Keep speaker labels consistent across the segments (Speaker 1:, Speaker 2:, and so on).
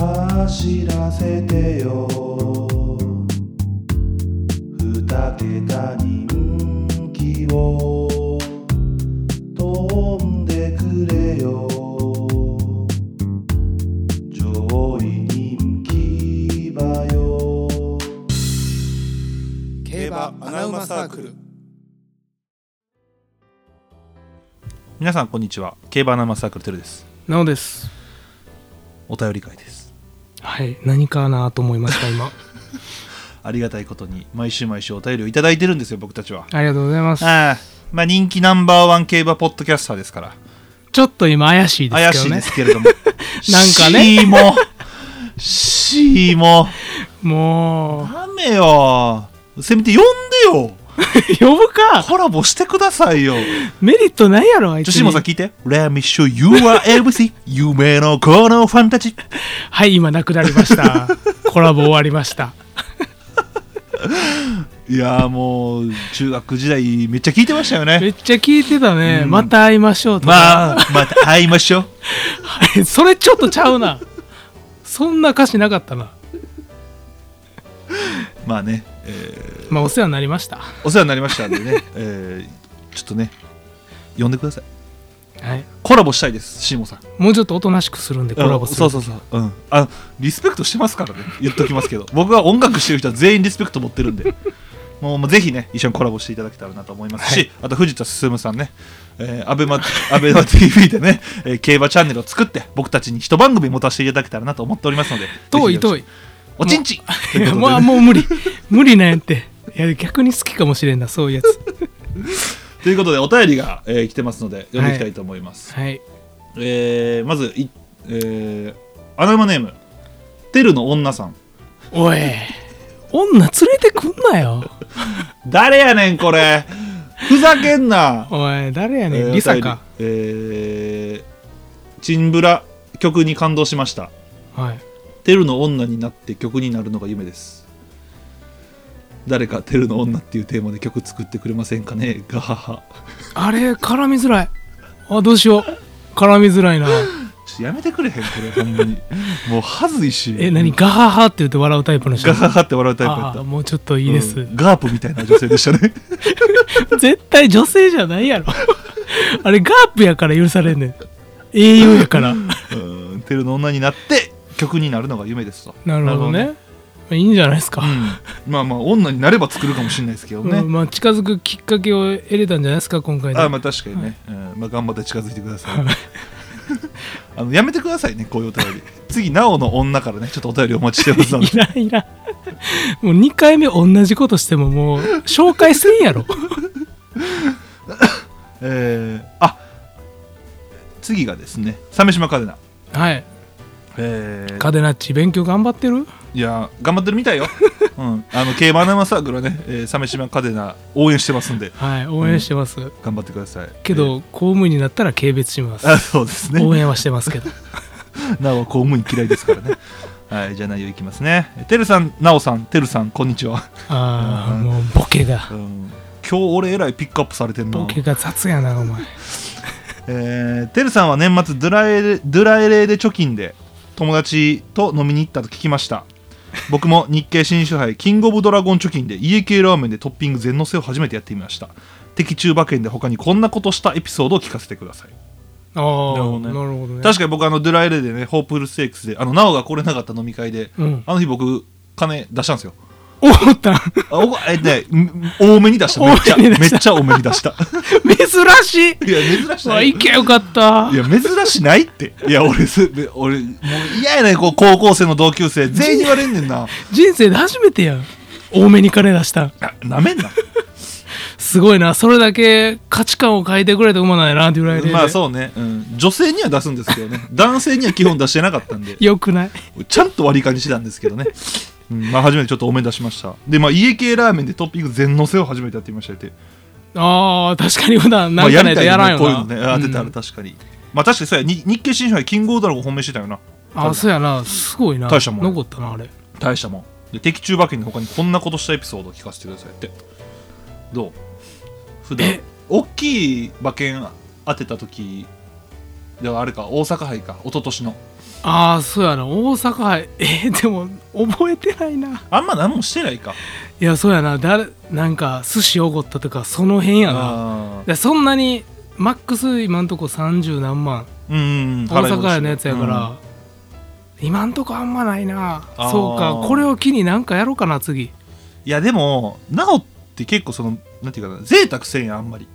Speaker 1: 走らせてよ二桁人気を飛んでくれよ上位人気馬よ
Speaker 2: 競馬アナウマサークル
Speaker 3: 皆さんこんにちは競馬アナウンサーサークルテルです
Speaker 4: なおです
Speaker 3: お便り会です
Speaker 4: はい何かなと思いました 今
Speaker 3: ありがたいことに毎週毎週お便りをいただいてるんですよ僕たちは
Speaker 4: ありがとうございます
Speaker 3: ああまあ人気ナンバーワン競馬ポッドキャスターですから
Speaker 4: ちょっと今怪しいです
Speaker 3: 怪
Speaker 4: け
Speaker 3: し
Speaker 4: ど
Speaker 3: いで
Speaker 4: ね
Speaker 3: すけれども
Speaker 4: なんかね
Speaker 3: C も C も
Speaker 4: もう
Speaker 3: ダメよせめて呼んでよ
Speaker 4: 呼ぶか
Speaker 3: コラボしてくださいよ
Speaker 4: メリットないやろあいつ
Speaker 3: 女
Speaker 4: に
Speaker 3: 子もさん聞いて Let me show you are everything 夢のこのファンタジー
Speaker 4: はい今なくなりました コラボ終わりました
Speaker 3: いやーもう中学時代めっちゃ聞いてましたよ
Speaker 4: め
Speaker 3: ね
Speaker 4: っちゃ聞いてたね、
Speaker 3: うん
Speaker 4: また会いましょうとか、
Speaker 3: まあまた会いましょう
Speaker 4: はい それちょっとちゃうなそんな歌詞なかったな
Speaker 3: まあね、えー
Speaker 4: まあお世話になりました
Speaker 3: お世話になりましたんでね、えーちょっとね、呼んでください。
Speaker 4: はい
Speaker 3: コラボしたいです、シーモさん。
Speaker 4: もうちょっとおとなしくするんでコラボする
Speaker 3: あそうそうそう。うん。あ、リスペクトしてますからね、言っときますけど、 僕は音楽してる人は全員リスペクト持ってるんで、 もうもうぜひね、一緒にコラボしていただけたらなと思いますし、あと藤田進さんね、えー、アベマ、 アベマ TV でね、えー競馬チャンネルを作って、僕たちに一番組持たせていただけたらなと思っておりますので、
Speaker 4: 遠い
Speaker 3: ぜひよろ
Speaker 4: 遠
Speaker 3: し
Speaker 4: い
Speaker 3: く。おちんち
Speaker 4: いや
Speaker 3: ということでね
Speaker 4: まあ もう無理無理なんやっていや逆に好きかもしれんなそういうやつ
Speaker 3: ということで、お便りが、えー来てますので、読んでいきたいと思います。
Speaker 4: はい
Speaker 3: えーまずい、えー、アナウマネームテルの女さん
Speaker 4: おい女連れてくんなよ
Speaker 3: 誰やねんこれふざけんな
Speaker 4: おい誰や
Speaker 3: え
Speaker 4: ね
Speaker 3: ー
Speaker 4: んリサか
Speaker 3: お便りえー、チンブラ曲に感動しました
Speaker 4: はい
Speaker 3: テルの女になって曲になるのが夢です誰かテルの女っていうテーマで曲作ってくれませんかねガハハ
Speaker 4: あれ絡みづらいあどうしよう絡みづらいな
Speaker 3: ちょっとやめてくれへんこれほん まにもう恥ずいし
Speaker 4: え何ガハハって言って笑うタイプの人
Speaker 3: ガハハって笑うタイプやっ
Speaker 4: あ
Speaker 3: た
Speaker 4: あもうちょっといいです、
Speaker 3: うんガープみたいな女性でしたね
Speaker 4: 絶対女性じゃないやろ あれガープやから許されんねん栄養やから
Speaker 3: うんテルの女になって曲になるのが夢ですと
Speaker 4: なるほどねまあいいんじゃないですか、
Speaker 3: うんまあまあ女になれば作るかもしれないですけどね、
Speaker 4: うんまあ、近づくきっかけを得れたんじゃないですか今回で
Speaker 3: あまあ確かにね、うんまあ、頑張って近づいてください あのやめてくださいねこういうお便り次なおの女からねちょっとお便りお待ちしてますので
Speaker 4: いらん いらんもう2回目同じことしてももう紹介せんやろ
Speaker 3: えーあ次がですね鮫島カデナ
Speaker 4: はい
Speaker 3: えー
Speaker 4: カデナッチ勉強頑張ってる
Speaker 3: いや頑張ってるみた いよ、うん、あの競馬アナウンサークルはね、えー、鮫島カデナ応援してますんで
Speaker 4: はい応援してます、
Speaker 3: 頑張ってください
Speaker 4: け
Speaker 3: えー
Speaker 4: ど公務員になったら軽蔑します
Speaker 3: あそうですね
Speaker 4: 応援はしてます けど
Speaker 3: なおは公務員嫌いですからね。 はい、じゃあ内容いきますね。てるさん、なおさん、てるさん、こんにちは。
Speaker 4: ああもうボケが
Speaker 3: うん今日俺えらいピックアップされてん
Speaker 4: ボ
Speaker 3: な。
Speaker 4: ケが雑やなお前
Speaker 3: えー、てるさんは年末ドラエレ、ドラエレで貯金で友達と飲みに行ったと聞きま した。僕も日経新酒杯キングオブドラゴン貯金で家系ラーメンでトッピング全のせを初めてやってみました。敵中馬券で他にこんなことしたエピソードを聞かせてください。
Speaker 4: ああ
Speaker 3: なる
Speaker 4: なる
Speaker 3: ほど
Speaker 4: ほ
Speaker 3: ね
Speaker 4: どね
Speaker 3: 確かに僕あのドラエレでね、ホープフルステークスで、あの、なおが来れなかった飲み会で、
Speaker 4: うん
Speaker 3: あの日僕、金出したんですよ。
Speaker 4: 思ったん
Speaker 3: あおえね、ん多めに出した。めっ ちゃ、
Speaker 4: 多め
Speaker 3: め
Speaker 4: に出
Speaker 3: っ
Speaker 4: した
Speaker 3: ちゃ多めに出 した。
Speaker 4: 珍し
Speaker 3: いや、珍し
Speaker 4: い
Speaker 3: な
Speaker 4: わ
Speaker 3: い。
Speaker 4: いけよかった
Speaker 3: いや、珍しないって。いや、俺す、べ俺、もう嫌やねこう、高校生の同級生、全員言われんねんな。
Speaker 4: 人生で初めてやん多めに金出したん
Speaker 3: あなめんな。
Speaker 4: すごいなそれだけ価値観を変えてくれた馬なんやなって言われて
Speaker 3: まあ、そうね、うん。女性には出すんですけどね。男性には基本出してなかったんで、
Speaker 4: よくない
Speaker 3: ちゃんと割り勘にしてたんですけどね。うん、まあ、初めてちょっと多めに出しました。で、まあ、家系ラーメンでトッピング全のせを初めてやってみましたって。
Speaker 4: ああ確かに普段
Speaker 3: ま
Speaker 4: な
Speaker 3: あ、
Speaker 4: んかないと
Speaker 3: たい
Speaker 4: や
Speaker 3: よね
Speaker 4: らんよな、
Speaker 3: こういうのね。あ出たら
Speaker 4: うん
Speaker 3: 確かに。まあ、確かにそうや、に日経新書杯キングオーダラゴン本命してたよな。
Speaker 4: あそうやなすごいな
Speaker 3: 大したもんや
Speaker 4: 残ったなあれ
Speaker 3: 大したもんで敵中馬券の他にこんなことしたエピソードを聞かせてくださいってどう普段
Speaker 4: え
Speaker 3: 大きい馬券当てた時ではあれか大阪杯か一昨年の
Speaker 4: ああそうやな大阪杯 えー、でも覚えてないな
Speaker 3: あんま何もしてないか
Speaker 4: いやそうやな誰なんか寿司おごったとかその辺やな
Speaker 3: あ
Speaker 4: でそんなにマックス今んとこ30何万
Speaker 3: ーうんうん
Speaker 4: 大阪杯のやつやから、今んとこあんまないな
Speaker 3: あー
Speaker 4: そうかこれを機になんかやろうかな次
Speaker 3: いやでもなおって結構そのなんていうかな贅沢せんやんあんまり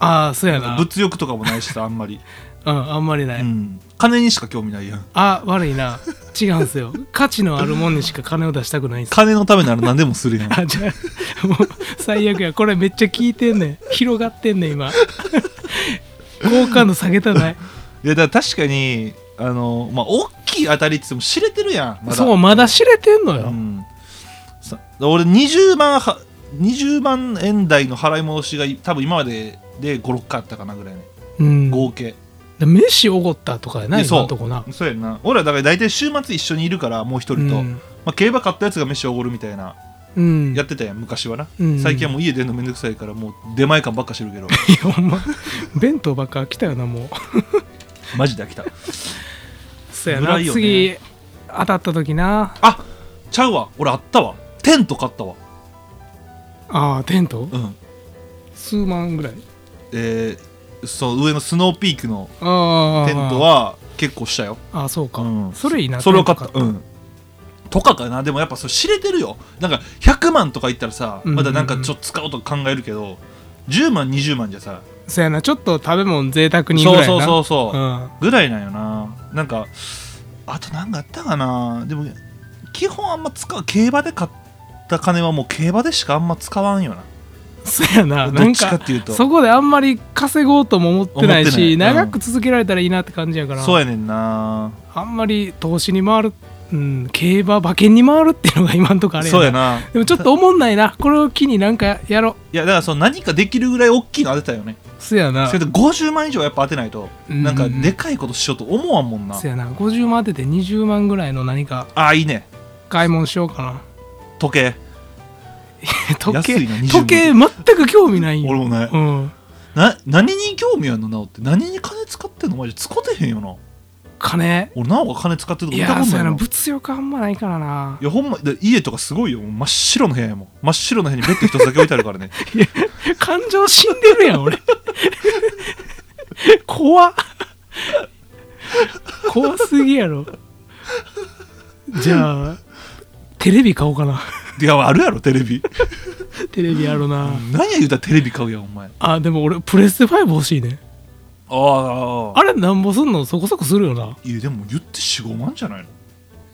Speaker 4: ああそうやな
Speaker 3: 物欲とかもないしさあんま り、
Speaker 4: うんあんまりない、
Speaker 3: うん、金にしか興味ないやん
Speaker 4: あ悪いな違うんすよ価値のあるもんにしか金を出したくないんす
Speaker 3: 金のためなら何でもするやん
Speaker 4: あじゃあもう最悪やこれめっちゃ聞いてんねん広がってんねん今好感度下げたない
Speaker 3: いやだから確かにあのまあ大きい当たりって言っても知れてるやんまだ
Speaker 4: そうまだ知れてんのよ、
Speaker 3: うん、さ俺20万は20万円台の払い戻しが多分今までで56回あったかなぐらいね
Speaker 4: うん、
Speaker 3: 合計、
Speaker 4: で飯おごったとかやない
Speaker 3: やそう
Speaker 4: 今んとこな
Speaker 3: そうやんな俺らだから大体週末一緒にいるからもう一
Speaker 4: う
Speaker 3: 人と、
Speaker 4: ん
Speaker 3: まあ、競馬買ったやつが飯をおごるみたいな
Speaker 4: うん、
Speaker 3: やってたやん昔はな、
Speaker 4: うん
Speaker 3: 最近はもう家出るのめんどくさいからもう出前感ばっかして るけど
Speaker 4: いやほんま弁当ばっか飽きたよなも
Speaker 3: マジで飽きた
Speaker 4: うそうや
Speaker 3: 辛
Speaker 4: ない
Speaker 3: よね
Speaker 4: 次当たった時な
Speaker 3: あちゃうわ俺あったわテント買ったわ
Speaker 4: ああテント
Speaker 3: うん
Speaker 4: 数万ぐらい
Speaker 3: えー、その上のスノーピークの
Speaker 4: ああ
Speaker 3: テントは結構したよ
Speaker 4: ああそうか、
Speaker 3: うん
Speaker 4: それいいな
Speaker 3: それを買った
Speaker 4: テント
Speaker 3: うんとかかなでもやっぱそれ知れてるよなんか100万とか言ったらさ
Speaker 4: うんうん
Speaker 3: ま
Speaker 4: うん
Speaker 3: だなんかちょっと使おうとか考えるけど、10万20万じゃさ
Speaker 4: そうやなちょっと食べ物贅沢にぐらい
Speaker 3: そう
Speaker 4: な
Speaker 3: そうそうそう、
Speaker 4: うん
Speaker 3: ぐらいなんよななんかあと何かあったかなでも基本あんま使う競馬で買った金はもう競馬でしかあんま使わんよな
Speaker 4: そうやなな
Speaker 3: どっ
Speaker 4: ん
Speaker 3: ちか
Speaker 4: か
Speaker 3: っていうと
Speaker 4: そこであんまり稼ごうとも思ってない
Speaker 3: 思ってない
Speaker 4: し
Speaker 3: うん
Speaker 4: 長く続けられたらいいなって感じやから
Speaker 3: そうやねんな
Speaker 4: あんまり投資に回る、うん、競馬馬券に回るっていうのが今んとこあれ
Speaker 3: そうやな
Speaker 4: でもちょっとおもんないなこれを機になんかやろ
Speaker 3: いやだからその何かできるぐらい大きいの当てたよね
Speaker 4: うそやな
Speaker 3: それで50万以上やっぱ当てないと
Speaker 4: うん
Speaker 3: なんかでかいことしようと思わんもんな
Speaker 4: そやな50万当てて20万ぐらいの何か
Speaker 3: ああいいね
Speaker 4: 買い物しようかな
Speaker 3: 時計
Speaker 4: 時
Speaker 3: 安
Speaker 4: 計
Speaker 3: いな20万
Speaker 4: 時計全く興味ないよ
Speaker 3: 俺もね
Speaker 4: うん
Speaker 3: な何に興味あんのなおって何に金使ってんのマジで使ってへんよな
Speaker 4: 金
Speaker 3: 俺なおが金使ってると
Speaker 4: い
Speaker 3: こ見た
Speaker 4: や
Speaker 3: こと
Speaker 4: そ
Speaker 3: ない
Speaker 4: うや
Speaker 3: な
Speaker 4: ない物欲あんまないからな
Speaker 3: やほんまで家とかすごいよもう真っ白の部屋やもん真っ白の部屋にベッド一つだけ置いてあるから ね
Speaker 4: いや感情死んでるやん俺 怖っ怖すぎやろじゃあテレビ買おうかない
Speaker 3: やあるやろテレビ
Speaker 4: テレビあるな、
Speaker 3: 何や言うたらテレビ買うやんお前あ
Speaker 4: あでも俺プレステ5欲しいね
Speaker 3: ああ
Speaker 4: あれなんぼすんのそこそこするよない
Speaker 3: やでも言って45万じゃないの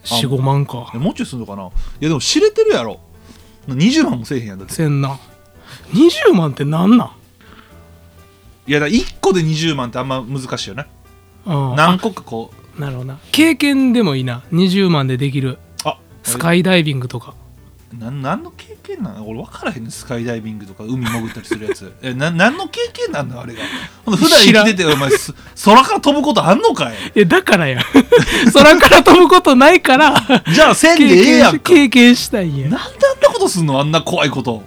Speaker 4: 45万か
Speaker 3: いやもうちょいするのかないやでも知れてるやろ20万もせえへんやんだって
Speaker 4: せんな20万ってなんなん
Speaker 3: いやだから1個で20万ってあんま難しいよね
Speaker 4: うん
Speaker 3: 何個かこう
Speaker 4: なるほどな経験でもいいな20万でできる
Speaker 3: あ
Speaker 4: スカイダイビングとか
Speaker 3: なん何の経験なの俺分からへんねんスカイダイビングとか海潜ったりするやつ えな何の経験なんだあれがほんで普段
Speaker 4: 知ら
Speaker 3: 生
Speaker 4: ん
Speaker 3: きててお前す空から飛ぶことあんのかい
Speaker 4: えだからや 空から飛ぶことないから
Speaker 3: じゃあせんで
Speaker 4: 経
Speaker 3: ええやん
Speaker 4: 験し
Speaker 3: か
Speaker 4: 経験したいん
Speaker 3: な
Speaker 4: や
Speaker 3: んであんなことすんのあんな怖いこと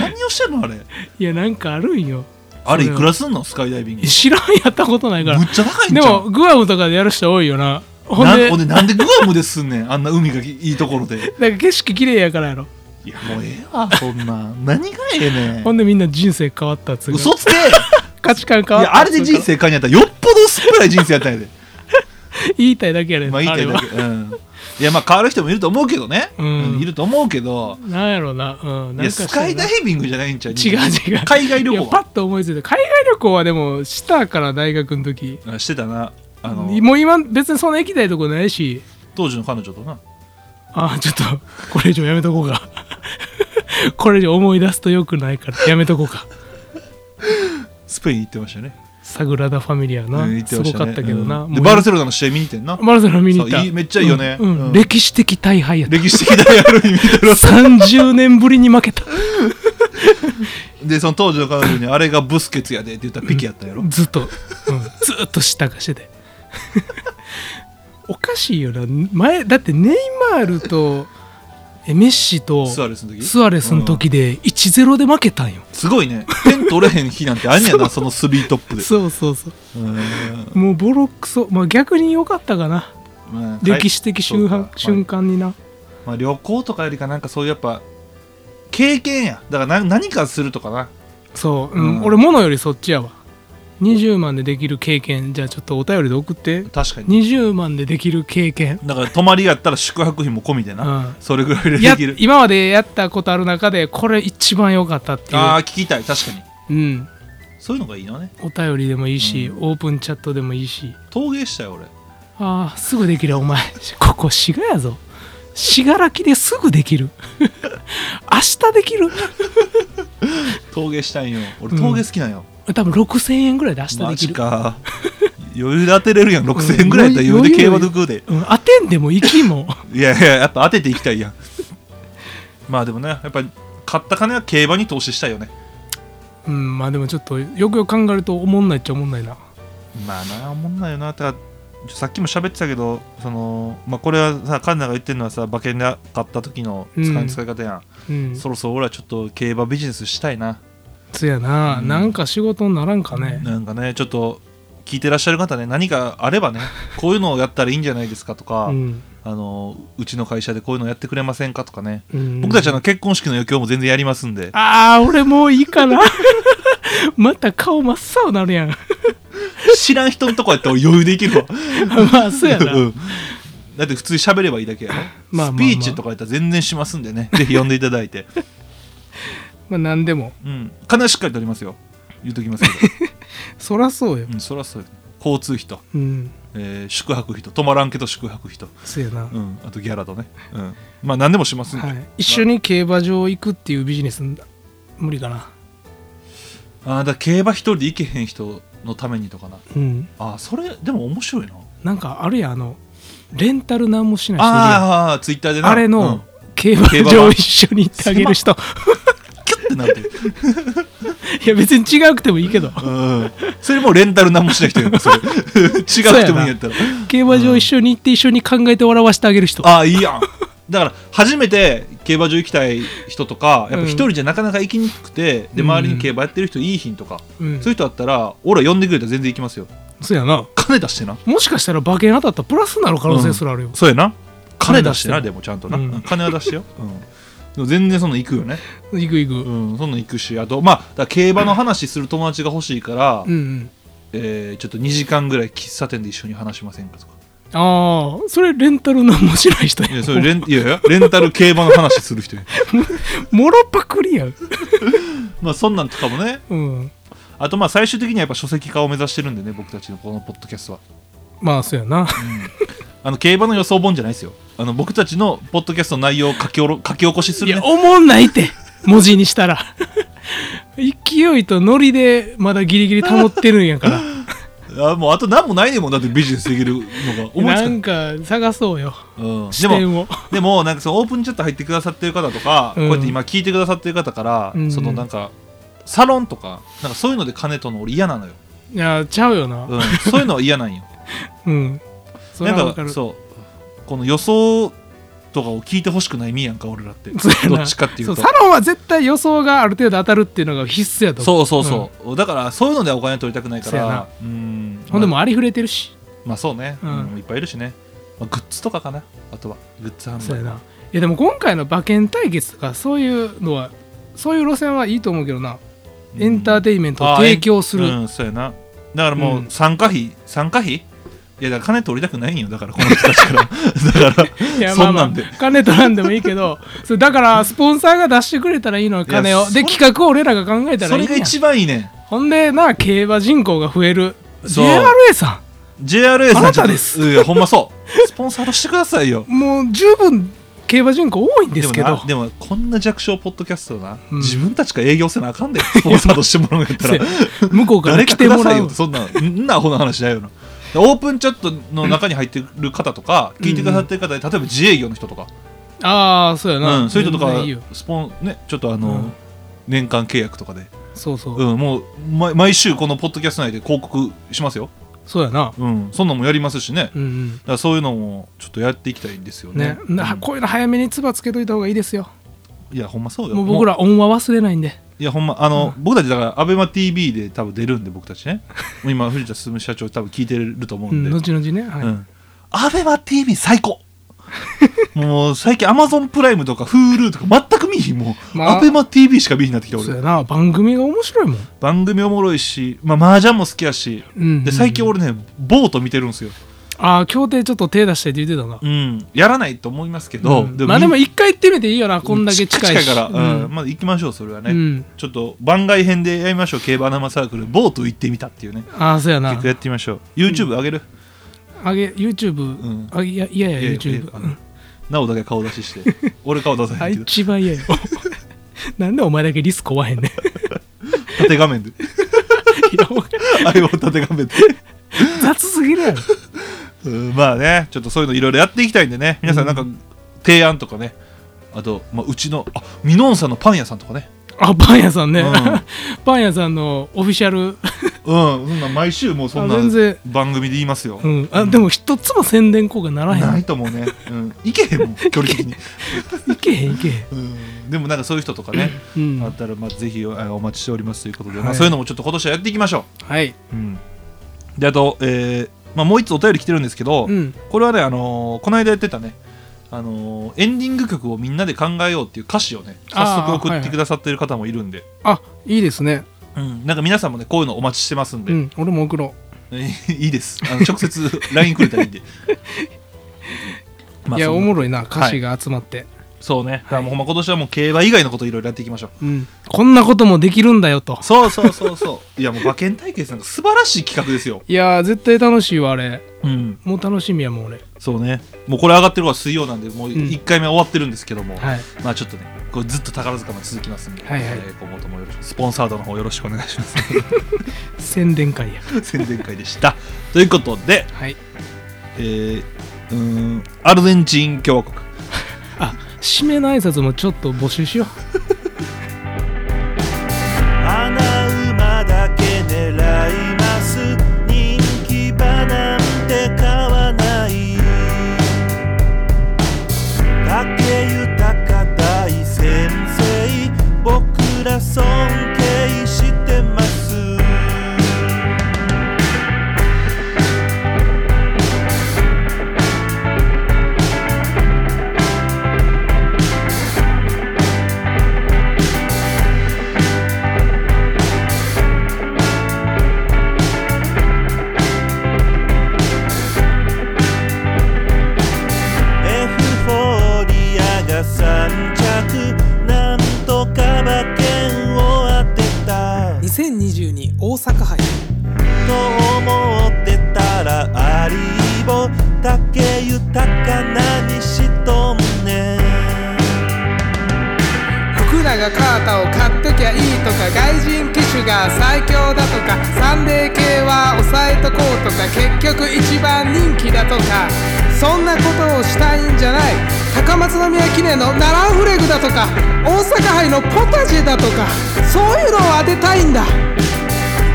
Speaker 3: 何をしてんのあれ
Speaker 4: いやなんかあるんよ
Speaker 3: あれい
Speaker 4: それは
Speaker 3: くらすんのスカイダイビング
Speaker 4: え知らんやったことないから
Speaker 3: むっちゃ高いんじ
Speaker 4: で
Speaker 3: ゃ
Speaker 4: も
Speaker 3: ん
Speaker 4: グアムとかでやる人多いよなほん
Speaker 3: な
Speaker 4: で
Speaker 3: ほんでなんでグアムですんねんあんな海がいいいところで
Speaker 4: なんか景色綺麗やからやろ
Speaker 3: いやもうええわそんな何がええね
Speaker 4: ほ
Speaker 3: ん
Speaker 4: んでみんな人生変わったっつうか
Speaker 3: 嘘つけい
Speaker 4: 価値観変わった
Speaker 3: やあれで人
Speaker 4: っつう
Speaker 3: 生変え
Speaker 4: か
Speaker 3: にやったらよっぽど薄っぺらい人生やったんやで
Speaker 4: 言いたいだけやねん
Speaker 3: まあ言いたいだ
Speaker 4: あ
Speaker 3: け、うん、いやまあ変わる人もいると思うけどね、
Speaker 4: うん
Speaker 3: いると思うけど
Speaker 4: れはなんやろなうん
Speaker 3: い
Speaker 4: な
Speaker 3: や
Speaker 4: んか
Speaker 3: ス
Speaker 4: し
Speaker 3: カ
Speaker 4: たい
Speaker 3: イ
Speaker 4: な
Speaker 3: ダイビングじゃないんちゃう
Speaker 4: 違う違う
Speaker 3: 海外旅
Speaker 4: いや
Speaker 3: 行
Speaker 4: パッと思いついた海外旅行はでもしたから大学の時
Speaker 3: あしてたなあの
Speaker 4: もう今別にそんな行きたいとこないし
Speaker 3: 当時の彼女とな
Speaker 4: あーちょっとこれ以上やめとこうか これ以上思い出すとよくないからやめとこうか
Speaker 3: スペイン行ってましたよね
Speaker 4: サグラダ・ファミリアな、
Speaker 3: うん行って
Speaker 4: す
Speaker 3: ま
Speaker 4: ご
Speaker 3: した
Speaker 4: か
Speaker 3: ね
Speaker 4: ったけどな、
Speaker 3: うん
Speaker 4: も
Speaker 3: で
Speaker 4: う
Speaker 3: バルセロナの試合見に行ってんな
Speaker 4: バルセロナ見に行った
Speaker 3: そういいめっちゃいいよね
Speaker 4: うんうん
Speaker 3: うん
Speaker 4: 歴史的大敗やった
Speaker 3: 歴史的なやる意味だろ
Speaker 4: 30年ぶりに負けた
Speaker 3: でその当時の彼女にあれがブスケツやでって言ったらピケやったやろ、
Speaker 4: ずっと、うんずっとしたかして ておかしいよな前だってネイマールとえメッシと
Speaker 3: スアレスの時
Speaker 4: スアレスの時で1-0で負けたんよ、
Speaker 3: すごいね点取れへん日なんてあんやなそのスリートップで
Speaker 4: そうそうそう
Speaker 3: うん
Speaker 4: もうボロクソ、まあ、逆に良かったかな、
Speaker 3: まあ
Speaker 4: 歴史的瞬
Speaker 3: そう
Speaker 4: 間
Speaker 3: か
Speaker 4: 瞬間にな
Speaker 3: まあ、旅行とかよりかなんかそういうやっぱ経験やだからな何かするとかな
Speaker 4: そう、うん
Speaker 3: うん
Speaker 4: 俺物よりそっちやわ20万でできる経験じゃあちょっとお便りで送って
Speaker 3: 確かに
Speaker 4: 20万でできる経験
Speaker 3: だから泊まりやったら宿泊費も込みでな、
Speaker 4: うん
Speaker 3: それぐらい で
Speaker 4: や
Speaker 3: できる
Speaker 4: 今までやったことある中でこれ一番良かったってい
Speaker 3: ああ
Speaker 4: う、
Speaker 3: 聞きたい確かに
Speaker 4: うん、
Speaker 3: そういうのがいいのね
Speaker 4: お便りでもいいし、オープンチャットでもいいし
Speaker 3: 陶芸したよ俺
Speaker 4: ああすぐできるお前 ここ滋賀やぞ信楽ですぐできる 明日できる
Speaker 3: 陶芸したいよ俺陶芸好きなんよ、
Speaker 4: 多分6000円ぐらいで明日で
Speaker 3: マ
Speaker 4: き
Speaker 3: ジ
Speaker 4: る
Speaker 3: か余裕で当てれるやん6000円ぐらいやったら余裕で競馬で食うで
Speaker 4: うん、当てんでも行きも
Speaker 3: いやいややっぱ当てていきたいやんまあでもねやっぱ買った金は競馬に投資したいよね
Speaker 4: うんまあでもちょっとよくよく考えるとおもんないっちゃおもんないな
Speaker 3: まあな思んないよなてかさっきも喋ってたけどその、まあ、これはさカンナが言ってるのはさ馬券で買った時の使
Speaker 4: う
Speaker 3: い
Speaker 4: ん
Speaker 3: 使い方や
Speaker 4: うん
Speaker 3: ん、そろそろ俺はちょっと競馬ビジネスしたいな
Speaker 4: そやな、
Speaker 3: うん
Speaker 4: なんか仕事にならんかね、
Speaker 3: なんかねちょっと聞いてらっしゃる方ね何かあれば ねこういうのをやったらいいんじゃないですかとか、
Speaker 4: うん
Speaker 3: あのうちの会社でこういうのやってくれませんかとかね、
Speaker 4: うん
Speaker 3: 僕たちあの結婚式の余興も全然やりますんで
Speaker 4: ああ俺もういいかな また顔真っ青なるやん
Speaker 3: 知らん人のとこやったら俺余裕でいけるわ
Speaker 4: まあ そうやな、
Speaker 3: うんだって普通に喋ればいいだけやろ、
Speaker 4: まあまあま
Speaker 3: ス
Speaker 4: あ
Speaker 3: ピーチとかやったら全然しますんで ねぜひ呼んでいただいて、
Speaker 4: まあ何でも
Speaker 3: うん、金はしっかり取りますよ言うときます け
Speaker 4: そらそうよ
Speaker 3: ど、うん、そらそうよ交通費と、
Speaker 4: うん
Speaker 3: えー宿泊費と泊まらんけど宿泊費と、
Speaker 4: そうや
Speaker 3: う
Speaker 4: な、
Speaker 3: ん、あとギャラとね、うん、まあ何でもしますんで、
Speaker 4: はい、一緒に競馬場行くっていうビジネス無理かな
Speaker 3: あーだから競馬一人で行けへん人のためにとかな
Speaker 4: うん
Speaker 3: あーそれでも面白いな
Speaker 4: なんかあるやんあのレンタル何もしない人いるやん
Speaker 3: ああツイッターでな
Speaker 4: あれ
Speaker 3: う
Speaker 4: の
Speaker 3: ん
Speaker 4: 競馬場一緒に行ってあげる人
Speaker 3: キュッてなってる、
Speaker 4: いや別に違くてもいいけど
Speaker 3: うん、それもうレンタル何もしない人やんそれ 違くてもいいんやったら
Speaker 4: 競馬場一緒に行って一緒に考えて笑わせてあげる人
Speaker 3: ああいいやんだから初めて競馬場行きたい人とかやっぱ一人じゃなかなか行きにくくて、で
Speaker 4: うん
Speaker 3: 周りに競馬やってる人いいひんとか、
Speaker 4: うん
Speaker 3: そういう人だったら俺ら呼んでくれたら全然行きますよ
Speaker 4: そうやな
Speaker 3: 金出してな
Speaker 4: もしかしたら馬券当たったらプラスになる可能性すらあるよ、
Speaker 3: そうやな金出してな
Speaker 4: 金
Speaker 3: で
Speaker 4: 出してな
Speaker 3: もちゃんとな、
Speaker 4: うん
Speaker 3: 金は出してよ、うん、でも全然そんなん行くよね
Speaker 4: 行く行く
Speaker 3: う、んそんなん行くしあとまあだから競馬の話する友達が欲しいから、
Speaker 4: うんうん
Speaker 3: えーちょっと2時間ぐらい喫茶店で一緒に話しませんかとか
Speaker 4: ああそれレンタル何もしない人
Speaker 3: い
Speaker 4: や
Speaker 3: やそれレンいやいやレンタル競馬の話する人や
Speaker 4: もろパクリやん
Speaker 3: まあそんなんとかもね
Speaker 4: うん
Speaker 3: あとまあ最終的にはやっぱ書籍化を目指してるんでね僕たちのこのポッドキャストは
Speaker 4: まあそうやな
Speaker 3: あの競馬の予想本じゃないですよあの僕たちのポッドキャストの内容を書きおろ書き起こしす
Speaker 4: い
Speaker 3: る、
Speaker 4: や
Speaker 3: ね、
Speaker 4: おもんないって文字にしたら勢いとノリでまだギリギリ保ってるんやから
Speaker 3: あもうあと何もないねんもんだってビジネスできるのが 思いつ
Speaker 4: な
Speaker 3: かない
Speaker 4: んか探そうよ
Speaker 3: うん、
Speaker 4: 視
Speaker 3: で
Speaker 4: 点
Speaker 3: も
Speaker 4: を
Speaker 3: でもなんかそのオープンチャット入ってくださってる方とか、
Speaker 4: うん
Speaker 3: こうやって今聞いてくださってる方から、
Speaker 4: うん
Speaker 3: そのなんかサロンとかなんかそういうので金との俺嫌なのよ、
Speaker 4: いやちゃうよな
Speaker 3: うん、そういうのは嫌なんよ
Speaker 4: うんそれは
Speaker 3: な
Speaker 4: わ
Speaker 3: んか
Speaker 4: かる
Speaker 3: そうこの予想とかを聞いてほしくない身やんか俺らって
Speaker 4: そうやな
Speaker 3: どっちかっていう
Speaker 4: そう
Speaker 3: と
Speaker 4: サロンは絶対予想がある程度当たるっていうのが必須やと思
Speaker 3: そうそうそう、だからそういうのではお金取りたくないか
Speaker 4: そうや
Speaker 3: ら
Speaker 4: な
Speaker 3: うん
Speaker 4: ほんでも
Speaker 3: まあ
Speaker 4: うありふれてるし
Speaker 3: まあそうね、
Speaker 4: うん
Speaker 3: うんいっぱいいるしね、まあ、グッズとかかなあとはグッズ販
Speaker 4: そう
Speaker 3: 売
Speaker 4: やないやでも今回の馬券対決とかそういうのはそういう路線はいいと思うけどな
Speaker 3: うん
Speaker 4: エンターテインメントを提供する、
Speaker 3: あーえんうんそうやなだからも
Speaker 4: う
Speaker 3: うん参加費参加費いやだから金取りたくないんよだからこの人たちから だから
Speaker 4: いや
Speaker 3: そんなんで
Speaker 4: まあまあ、金取らんでもいいけど それだからスポンサーが出してくれたらいいのよ金
Speaker 3: いや
Speaker 4: を
Speaker 3: そ
Speaker 4: で企画を俺らが考えたら
Speaker 3: そ
Speaker 4: いい
Speaker 3: れ
Speaker 4: や
Speaker 3: が
Speaker 4: ん
Speaker 3: 一番いいねん
Speaker 4: ほんでな競馬人口が増える
Speaker 3: そう
Speaker 4: JRA さ
Speaker 3: JRA さん
Speaker 4: あなたです
Speaker 3: ちょっといやほんまそうスポンサーとしてくださいよ
Speaker 4: んもう十分競馬人口多いん ですけど
Speaker 3: もなでもこんな弱小ポッドキャストな、
Speaker 4: うん
Speaker 3: 自分たちが営業せなあかんでスポンサーとしてもらうんやったら
Speaker 4: そう向こうから
Speaker 3: 誰
Speaker 4: 来
Speaker 3: か
Speaker 4: て
Speaker 3: くだ
Speaker 4: も
Speaker 3: さ
Speaker 4: ら
Speaker 3: いうよってそんなそんなアホな話だよなオープンチャットの中に入ってる方とか聞いてくださってる方で例えば自営業の人とか、
Speaker 4: ああそうや
Speaker 3: うん
Speaker 4: な、
Speaker 3: そういう人と
Speaker 4: 全
Speaker 3: か
Speaker 4: 然いいよ
Speaker 3: スポンねちょっとあの、
Speaker 4: うん
Speaker 3: 年間契約とかで、
Speaker 4: そうそう、
Speaker 3: うん、もう毎毎週このポッドキャスト内で広告しますよ
Speaker 4: そうやな
Speaker 3: うん、そんなんもやりますしね、
Speaker 4: うんうん
Speaker 3: だからそういうのもちょっとやっていきたいんですよね
Speaker 4: ねな
Speaker 3: うん
Speaker 4: こういうの早めに唾つけといた方がいいですよ
Speaker 3: いやほんまそうよ
Speaker 4: もう僕ら恩は忘れないんで
Speaker 3: いやほんまあの、僕たちだから ABEMATV で多分出るんで僕たちね今藤田進社長多分聞いてると思う
Speaker 4: うん
Speaker 3: で、
Speaker 4: ん
Speaker 3: うん
Speaker 4: 後々ねはい、
Speaker 3: ABEMATV 最 高もう最近 Amazon プライムとか Hulu とか全く見ひんもう、
Speaker 4: まあ
Speaker 3: ABEMATV しか見ひんなってきて
Speaker 4: そうや
Speaker 3: 俺
Speaker 4: な番組が面白いもん、
Speaker 3: 番組おもろいしまあ麻雀も好きやし
Speaker 4: うんうんうん
Speaker 3: で最近俺ねボート見てるんですよ、
Speaker 4: ああ協定ちょっと手出したいって言ってたな
Speaker 3: うん、やらないと思いますけど、
Speaker 4: うんまあでも一回行ってみていいよなこんだけ近いし
Speaker 3: から、うん
Speaker 4: うん
Speaker 3: まあ、行きましょうそれはね、
Speaker 4: うん
Speaker 3: ちょっと番外編でやりましょう競馬生サークルボート行ってみたっていうね
Speaker 4: ああそうやな
Speaker 3: 結構やってみましょう YouTube 上げる、
Speaker 4: あげ
Speaker 3: ん
Speaker 4: YouTube あいやいやいや
Speaker 3: いやいや
Speaker 4: YouTube
Speaker 3: あのなおだけ顔出しして 俺顔出さ
Speaker 4: あ
Speaker 3: ないけど
Speaker 4: 一 番嫌よなんでお前だけリスクわへんねんい
Speaker 3: 縦画 面で
Speaker 4: やお前
Speaker 3: あれを縦画面で
Speaker 4: 雑すぎるやろ
Speaker 3: うんまあねちょっとそういうのいろいろやっていきたいんでね皆さんなんか提案とかねあと、まあ、うちのあミノンさんのパン屋さんとかね
Speaker 4: あパン屋さんね、
Speaker 3: うん
Speaker 4: パン屋さんのオフィシャル、
Speaker 3: うんそんな毎週もうそんな
Speaker 4: あ全然
Speaker 3: 番組で言いますよ、
Speaker 4: うん、あでも一つも宣伝効果ならへん
Speaker 3: ないと思うね、うん、いけへん もん距離的に、
Speaker 4: いけへんいけへん
Speaker 3: うん、でもなんかそういう人とかね、
Speaker 4: うん
Speaker 3: あったらまあぜひおお待ちしておりますということで、ま
Speaker 4: は
Speaker 3: あ、
Speaker 4: い
Speaker 3: そういうのもちょっと今年はやっていきましょ
Speaker 4: はい、
Speaker 3: う、であと、えーまあ、もう一つお便り来てるんですけど、
Speaker 4: うん、
Speaker 3: これはね、あのーこの間やってたね、あのーエンディング曲をみんなで考えようっていう歌詞をね早
Speaker 4: あー
Speaker 3: 速送
Speaker 4: は
Speaker 3: っ
Speaker 4: いは
Speaker 3: て
Speaker 4: い
Speaker 3: くださってる方もいるんで、
Speaker 4: あいいですね、
Speaker 3: うん、なんか皆さんもねこういうのお待ちしてますんで、
Speaker 4: うん、俺も送ろ
Speaker 3: いいですあの直接 LINE くれたらいいん で
Speaker 4: う、
Speaker 3: まあ
Speaker 4: いや
Speaker 3: そんな
Speaker 4: おもろいな歌詞が集まって、
Speaker 3: そうね、だからもうほんま今年はもう競馬以外のこといろいろやっていきましょう
Speaker 4: うん、こんなこともできるんだよと
Speaker 3: そうそうそうそういやもう馬券対決なんか素晴らしい企画ですよ
Speaker 4: いやー絶対楽しいわあれ
Speaker 3: うん
Speaker 4: もう楽しみやもん俺
Speaker 3: そうねもうこれ上がってるのは水曜なんでもう
Speaker 4: うん
Speaker 3: 1回目は終わってるんですけども、
Speaker 4: はい
Speaker 3: まあちょっとねこれずっと宝塚も続きますんで、
Speaker 4: はいはい
Speaker 3: えー今後ともよろしくスポンサードの方よろしくお願いします
Speaker 4: 宣伝会や
Speaker 3: 宣伝会でしたということで、
Speaker 4: はい
Speaker 3: えー、うーんアルゼンチン共和国
Speaker 4: あ締めの挨拶もちょっと募集しよ
Speaker 1: 穴馬だけ狙います人気馬なんて買わない武豊大先生僕ら尊敬してますエフフォーリアが3着なんとか馬券を当てた
Speaker 4: 2022大阪杯
Speaker 1: と思ってたらアリーボ竹豊か何しとんねん
Speaker 4: 福永カータを買っときゃいいとか外人機種が最強だとかサンデー系は抑えとこうとか結局一番人気だとかそんなことをしたいんじゃない高松宮記念のナランフレグだとか大阪杯のポタジェだとかそういうのを当てたいんだ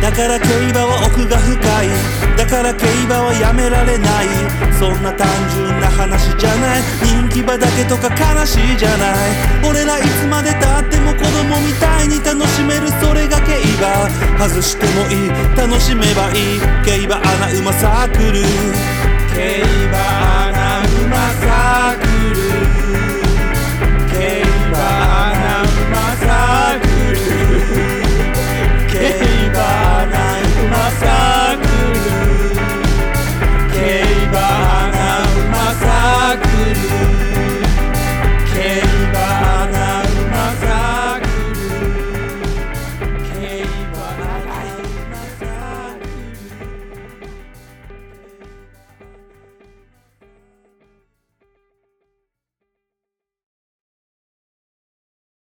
Speaker 1: だから競馬は奥が深いだから競馬はやめられないそんな単純な話じゃない人気馬だけとか悲しいじゃない俺らいつまでたっても子供みたいに楽しめるそれが競馬外してもいい楽しめばいい競馬アナウマサークル